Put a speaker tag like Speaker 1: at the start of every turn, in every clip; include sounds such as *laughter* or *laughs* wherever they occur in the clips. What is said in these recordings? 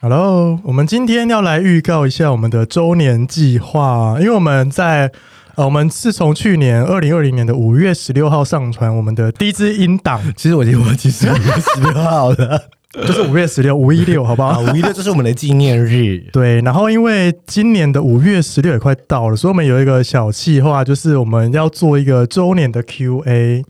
Speaker 1: Hello，我们今天要来预告一下我们的周年计划，因为我们在呃，我们自从去年二零二零年的五月十六号上传我们的第一支音档，
Speaker 2: 其实我已经忘记是五月十六号了，
Speaker 1: *laughs* 就是五月十六五一六，好不
Speaker 2: *laughs* 啊，
Speaker 1: 好？。
Speaker 2: 五一六就是我们的纪念日
Speaker 1: 对，然后因为今年的五月十六也快到了，所以我们有一个小计划，就是我们要做一个周年的 Q&A。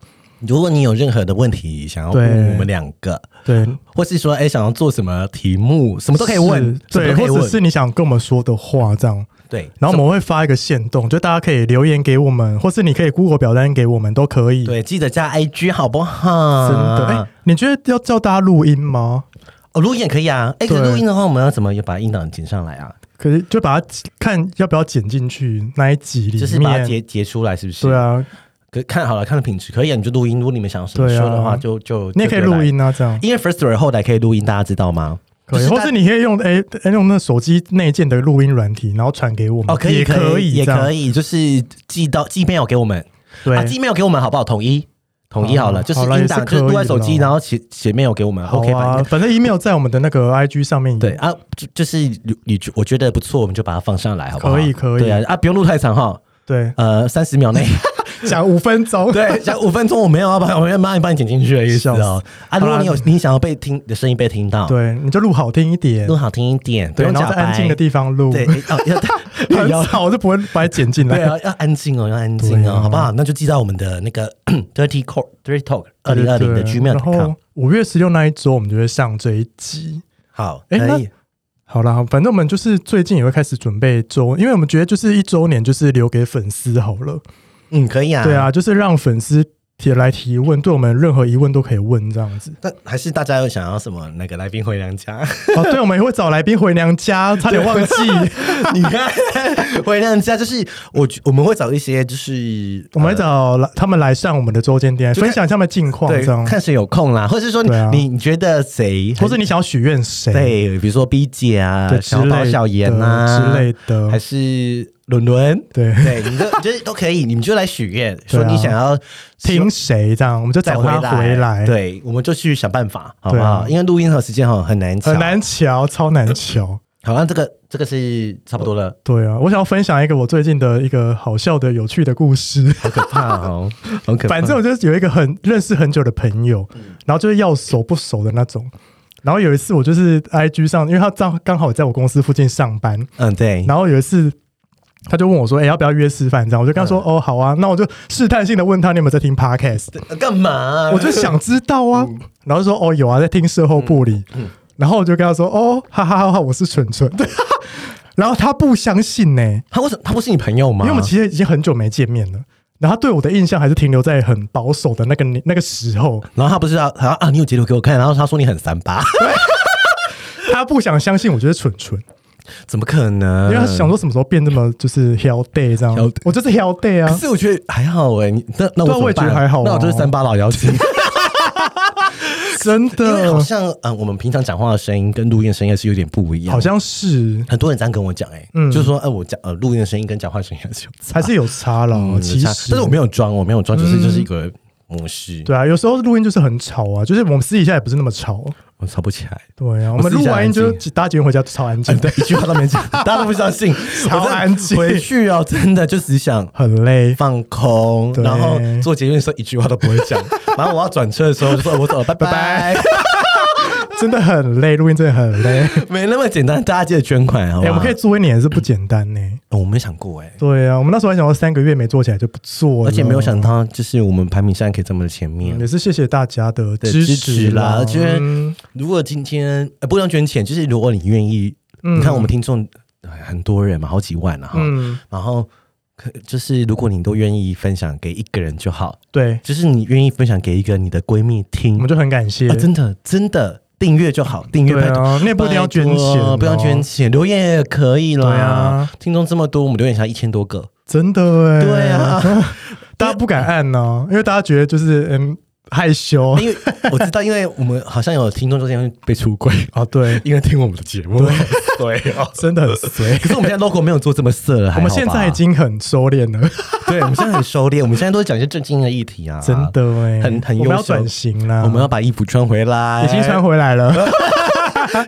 Speaker 2: 如果你有任何的问题想要
Speaker 1: 对
Speaker 2: 问我们两个，
Speaker 1: 对，
Speaker 2: 或是说哎、想要做什么题目，什么都可以问
Speaker 1: 是，
Speaker 2: 什么
Speaker 1: 对，
Speaker 2: 都可以
Speaker 1: 或者
Speaker 2: 问，
Speaker 1: 是你想跟我们说的话，这样。
Speaker 2: 对，
Speaker 1: 然后我们会发一个线动，就大家可以留言给我们，或是你可以 Google 表单给我们都可以。
Speaker 2: 对，啊记得加 IG 好不
Speaker 1: 真
Speaker 2: 好？
Speaker 1: 的，哎、你觉得要叫大家录音吗？
Speaker 2: 哦，录音也可以啊。哎、可
Speaker 1: 对
Speaker 2: 是录音的话，我们要怎么把音档剪上来啊？
Speaker 1: 可是就把它看要不要剪进去那一集里面。
Speaker 2: 就是把它截截出来，是不是？
Speaker 1: 对。啊，
Speaker 2: 可看好了，看品质可以啊，你就录音。如果你们想什么
Speaker 1: 对啊
Speaker 2: 说的话，就就
Speaker 1: 你也可以录，音啊，这样
Speaker 2: 就丢来因为 First Story 后台可以录音，大家知道吗？
Speaker 1: 可以，
Speaker 2: 就是
Speaker 1: 或
Speaker 2: 大
Speaker 1: 是你可以用哎、哎用那手机内建的录音软体，然后传给我们。
Speaker 2: 哦，可以，
Speaker 1: 也
Speaker 2: 可
Speaker 1: 以，
Speaker 2: 也
Speaker 1: 这样
Speaker 2: 可以，就是寄到寄 mail 给我们，
Speaker 1: 对、
Speaker 2: 啊，寄 mail 给我们好不好？统一统一
Speaker 1: 好
Speaker 2: 好了，就是
Speaker 1: 好了也
Speaker 2: 音
Speaker 1: 是
Speaker 2: 档，
Speaker 1: 可
Speaker 2: 就
Speaker 1: 以
Speaker 2: 是录在手
Speaker 1: 啦
Speaker 2: 机，然后写写 mail 给我们
Speaker 1: 好
Speaker 2: ，OK
Speaker 1: 啊，
Speaker 2: 吧？
Speaker 1: 反正 email 在我们的那个 IG 上面有。
Speaker 2: 对啊，就就是你你我觉得不错，我们就把它放上来，好不好？
Speaker 1: 可以可以
Speaker 2: 对啊，啊，不用录太长哈，
Speaker 1: 对，
Speaker 2: 呃，三十
Speaker 1: *laughs*
Speaker 2: 秒内。
Speaker 1: 讲五分钟。
Speaker 2: 对，讲五分钟我没有要把我要帮你帮你剪进去的意思
Speaker 1: 笑
Speaker 2: 哦。啊，如果你有你想要被听你的声音被听到，
Speaker 1: 对，你就录好听一点
Speaker 2: 录，好听一点，不
Speaker 1: 对，
Speaker 2: 用
Speaker 1: 然
Speaker 2: 假
Speaker 1: 后在
Speaker 2: 掰。
Speaker 1: 安静的地方录，
Speaker 2: 对，哦，要
Speaker 1: *laughs* 很
Speaker 2: 要
Speaker 1: 吵，我就不会把它剪进
Speaker 2: 对
Speaker 1: 来。
Speaker 2: 啊，要安静哦，要安静
Speaker 1: 对啊
Speaker 2: 哦，好不好？那就记到我们的那个 *clears throat* Dirty Core Dirty Talk 二零二零的
Speaker 1: 啊对
Speaker 2: Gmail
Speaker 1: 然
Speaker 2: com。
Speaker 1: 后五月十六那一周，我们就会上这一集。
Speaker 2: 好，
Speaker 1: 诶
Speaker 2: 可以。
Speaker 1: 好啦，反正我们就是最近也会开始准备周，因为我们觉得就是一周年，就是留给粉丝好了。
Speaker 2: 嗯，可以啊。
Speaker 1: 对，啊，就是让粉丝提来提问，对我们任何疑问都可以问这
Speaker 2: *laughs*
Speaker 1: 样子。
Speaker 2: 但还是大家有想要什么那个来宾回
Speaker 1: *laughs*
Speaker 2: 娘家？
Speaker 1: 哦，对，我们也会找来宾回娘家，差点忘
Speaker 2: *laughs*
Speaker 1: 记。
Speaker 2: 你看回娘家就是我我们会找一些就是
Speaker 1: 我们会找来他们来上我们的周间店，
Speaker 2: 就看
Speaker 1: 分享一下他们近况
Speaker 2: 对
Speaker 1: 这样，
Speaker 2: 看谁有空啦，或者是说你
Speaker 1: 对啊
Speaker 2: 你你觉得谁
Speaker 1: 或是你想要许愿谁，
Speaker 2: 对，比如说 B 姐啊
Speaker 1: 对，
Speaker 2: 小宝、
Speaker 1: 之类
Speaker 2: 小妍
Speaker 1: 的
Speaker 2: 啊
Speaker 1: 之类的
Speaker 2: 还是伦伦，
Speaker 1: 对
Speaker 2: 对，你就就是都可以，你们就来许愿，说你想要
Speaker 1: 听谁这样，我们就
Speaker 2: 再
Speaker 1: 找他回来。，
Speaker 2: 对，我们就去想办法，好不
Speaker 1: 对啊
Speaker 2: 好？因为录音和时间哈很难抢，
Speaker 1: 很。难瞧，超难瞧。
Speaker 2: 好，那这个这个是差不多了，
Speaker 1: 对啊，我想要分享一个我最近的一个好笑的、有趣的故事。
Speaker 2: 好可怕哦，好可怕。
Speaker 1: 反正我就是有一个很认识很久的朋友，然后就是要熟不熟的那种。然后有一次我就是 I G 上，因为他刚刚好在我公司附近上班，
Speaker 2: 嗯，对，
Speaker 1: 然后有一次，他就问我说：“哎、要不要约吃饭？”这样，我就跟他说：“哦，好啊。”那我就试探性的问他：“你有没有在听 podcast？”
Speaker 2: 干嘛？
Speaker 1: 我就想知道啊。然后就说：“哦，有啊，在听售后部里。然后我就跟他说：“哦，哈哈哈哈，我是蠢蠢。” *laughs* 然后他不相信呢、
Speaker 2: 他为什么他不是你朋友吗？
Speaker 1: 因为我们其实已经很久没见面了。然后他对我的印象还是停留在很保守的那个年那个时候，
Speaker 2: 然后他不是要他啊，你有截图给我看，然后他说你很三八，
Speaker 1: 他不想相信我就是蠢蠢，
Speaker 2: 怎么可能？
Speaker 1: 因为他想说什么时候变这么就是 hell day 这样
Speaker 2: ，hell 嗯 day，
Speaker 1: 我就是 hell day
Speaker 2: 可 *laughs*
Speaker 1: 啊，
Speaker 2: 是我觉得还好哎、你那那
Speaker 1: 对啊
Speaker 2: 我怎么
Speaker 1: 我也觉得
Speaker 2: 办
Speaker 1: 还好啊
Speaker 2: 那我就是三八老妖精，
Speaker 1: 真
Speaker 2: 因为
Speaker 1: 的
Speaker 2: 好像嗯、呃我们平常讲话的声音跟录音的声音是有点不一样，
Speaker 1: 好像是
Speaker 2: 很多人这样跟我讲哎、就是说呃我讲呃录音的声音跟讲话的声音还是有差，
Speaker 1: 还是有差啦，
Speaker 2: 嗯
Speaker 1: 其
Speaker 2: 有
Speaker 1: 实
Speaker 2: 差，但是我没有装，我没有装，就是、就是一个模式，，
Speaker 1: 对啊，有时候录音就是很吵啊，就是我们私底下也不是那么吵。
Speaker 2: 我吵不起 *laughs* 来。
Speaker 1: 对啊，我
Speaker 2: 我
Speaker 1: 们
Speaker 2: 私
Speaker 1: 录
Speaker 2: 底下
Speaker 1: 完音就
Speaker 2: 安静
Speaker 1: 搭捷运回家超安静，
Speaker 2: *laughs* 对，一句话都没讲，大家都不相信，
Speaker 1: 超
Speaker 2: 我真的
Speaker 1: 安静
Speaker 2: 回去哦，真的就只想
Speaker 1: 很累。
Speaker 2: *laughs* 放空，
Speaker 1: 对
Speaker 2: 然后做结论的时候一句话都不会讲，然后我要转车的时候就说我走了，拜拜，
Speaker 1: 真的很累，录音真的很累。
Speaker 2: *laughs* 没那么简单，大家记得捐款好
Speaker 1: *laughs* 哎、
Speaker 2: 不好？
Speaker 1: 我们可以做一年也是不简单呢、
Speaker 2: 哦，我没想过哎、
Speaker 1: 对啊，我们那时候还想说三个月没做起来就不做了，
Speaker 2: 而且没有想到就是我们排名现在可以这么的前面
Speaker 1: 嗯，。也是谢谢大家的
Speaker 2: 对
Speaker 1: 支
Speaker 2: 支持啦
Speaker 1: 啦。
Speaker 2: 我觉得
Speaker 1: 嗯
Speaker 2: 如果今天呃不用捐钱，就是如果你愿意，
Speaker 1: 嗯
Speaker 2: 你看我们听众呃很多人嘛，好几万了啊哈，
Speaker 1: 嗯，
Speaker 2: 然后可就是如果你都愿意分享给一个人就好，
Speaker 1: 对，
Speaker 2: 啊就是你愿意分享给一个你的闺蜜听
Speaker 1: 嗯我们就很感谢。
Speaker 2: 啊，真的真的订阅就好，订阅
Speaker 1: 对
Speaker 2: 拜托。
Speaker 1: 啊，内部一定要捐
Speaker 2: 拜托
Speaker 1: 钱哦，
Speaker 2: 不要捐钱，留言也可以啦。
Speaker 1: 对啊，
Speaker 2: 听众这么多，我们留言才一千多个。
Speaker 1: 真的哎，
Speaker 2: 对啊，
Speaker 1: 大家不敢按呢，因为大家觉得就是嗯害羞
Speaker 2: 哎因为我知道，因为我们好像有听众中间被出轨，
Speaker 1: 啊，对，
Speaker 2: 因为听我们的节目。对哦，
Speaker 1: 真的很衰。
Speaker 2: *laughs* 可是我们现在 logo 没有做这么色了，还
Speaker 1: 我
Speaker 2: 好
Speaker 1: 们
Speaker 2: 吧
Speaker 1: 现在已经很收敛
Speaker 2: 啊
Speaker 1: 了，
Speaker 2: *laughs* 对，我们现在很收敛，我们现在都讲一些正经的议题啊，
Speaker 1: 真的哎，
Speaker 2: 很很
Speaker 1: 我
Speaker 2: 优
Speaker 1: 们要
Speaker 2: 秀
Speaker 1: 转型啦，
Speaker 2: 我们要哎把衣服穿回来，
Speaker 1: 已经穿，回来
Speaker 2: *laughs*
Speaker 1: 了，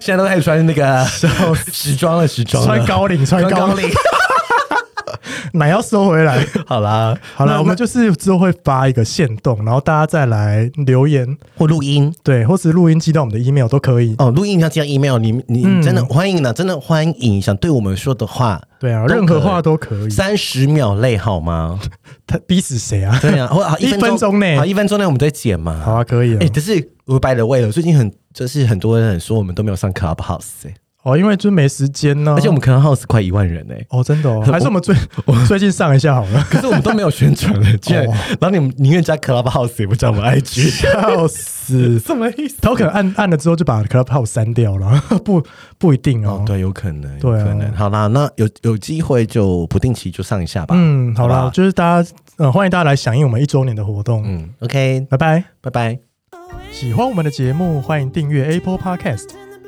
Speaker 2: 现在都开始穿
Speaker 1: *laughs*
Speaker 2: 那个时装了，时装了
Speaker 1: 穿高领，穿
Speaker 2: 穿
Speaker 1: 高
Speaker 2: 高
Speaker 1: 领， *laughs*
Speaker 2: 领。
Speaker 1: 奶要收回
Speaker 2: *laughs*
Speaker 1: 来。
Speaker 2: 好啦，
Speaker 1: 好了，
Speaker 2: 那
Speaker 1: 我们就是之后会发一个限动，然后大家再来留言，
Speaker 2: 或录音
Speaker 1: 对，或是录音寄到我们的 email 都可以。
Speaker 2: 哦，录音要加 email，你你
Speaker 1: 嗯
Speaker 2: 你真的欢迎呢，啊真的欢迎想对我们说的话，
Speaker 1: 对啊，
Speaker 2: 都可以
Speaker 1: 任何话都可以。
Speaker 2: 三十秒内好
Speaker 1: *laughs*
Speaker 2: 吗？
Speaker 1: 他逼死谁啊？
Speaker 2: 对啊，或好
Speaker 1: 一分钟内
Speaker 2: 好一分钟内我们再剪嘛。
Speaker 1: 好啊，可以啊
Speaker 2: 哎、。可是我 by the way，我最近很就是很多人说我们都没有上 Clubhouse，、欸
Speaker 1: 哦，因为就没时间呢。
Speaker 2: 而且我们 Clubhouse 快一万人哎、欸
Speaker 1: 哦，真的哦，还是 *laughs* 我们最 *laughs* 最近上一下好了。
Speaker 2: 可是我们都没有宣传 *laughs* 了，竟然，
Speaker 1: 哦
Speaker 2: 然后你们宁愿加 Clubhouse 也不 *laughs* 加我们 IG，
Speaker 1: 笑死！
Speaker 2: 什么意思？
Speaker 1: 他有可能按按了之后就把 Clubhouse 删掉了， *laughs* 不不一定
Speaker 2: 哦
Speaker 1: 哦，。
Speaker 2: 对，有可能，
Speaker 1: 对啊
Speaker 2: 有可能。好啦，那有有机会就不定期就上一下吧。
Speaker 1: 嗯，好啦，
Speaker 2: 吧
Speaker 1: 就是大家呃，欢迎大家来响应我们一周年的活动。
Speaker 2: 嗯，OK，
Speaker 1: 拜拜。
Speaker 2: 拜拜。
Speaker 1: 喜欢我们的节目，欢迎订阅 Apple Podcast，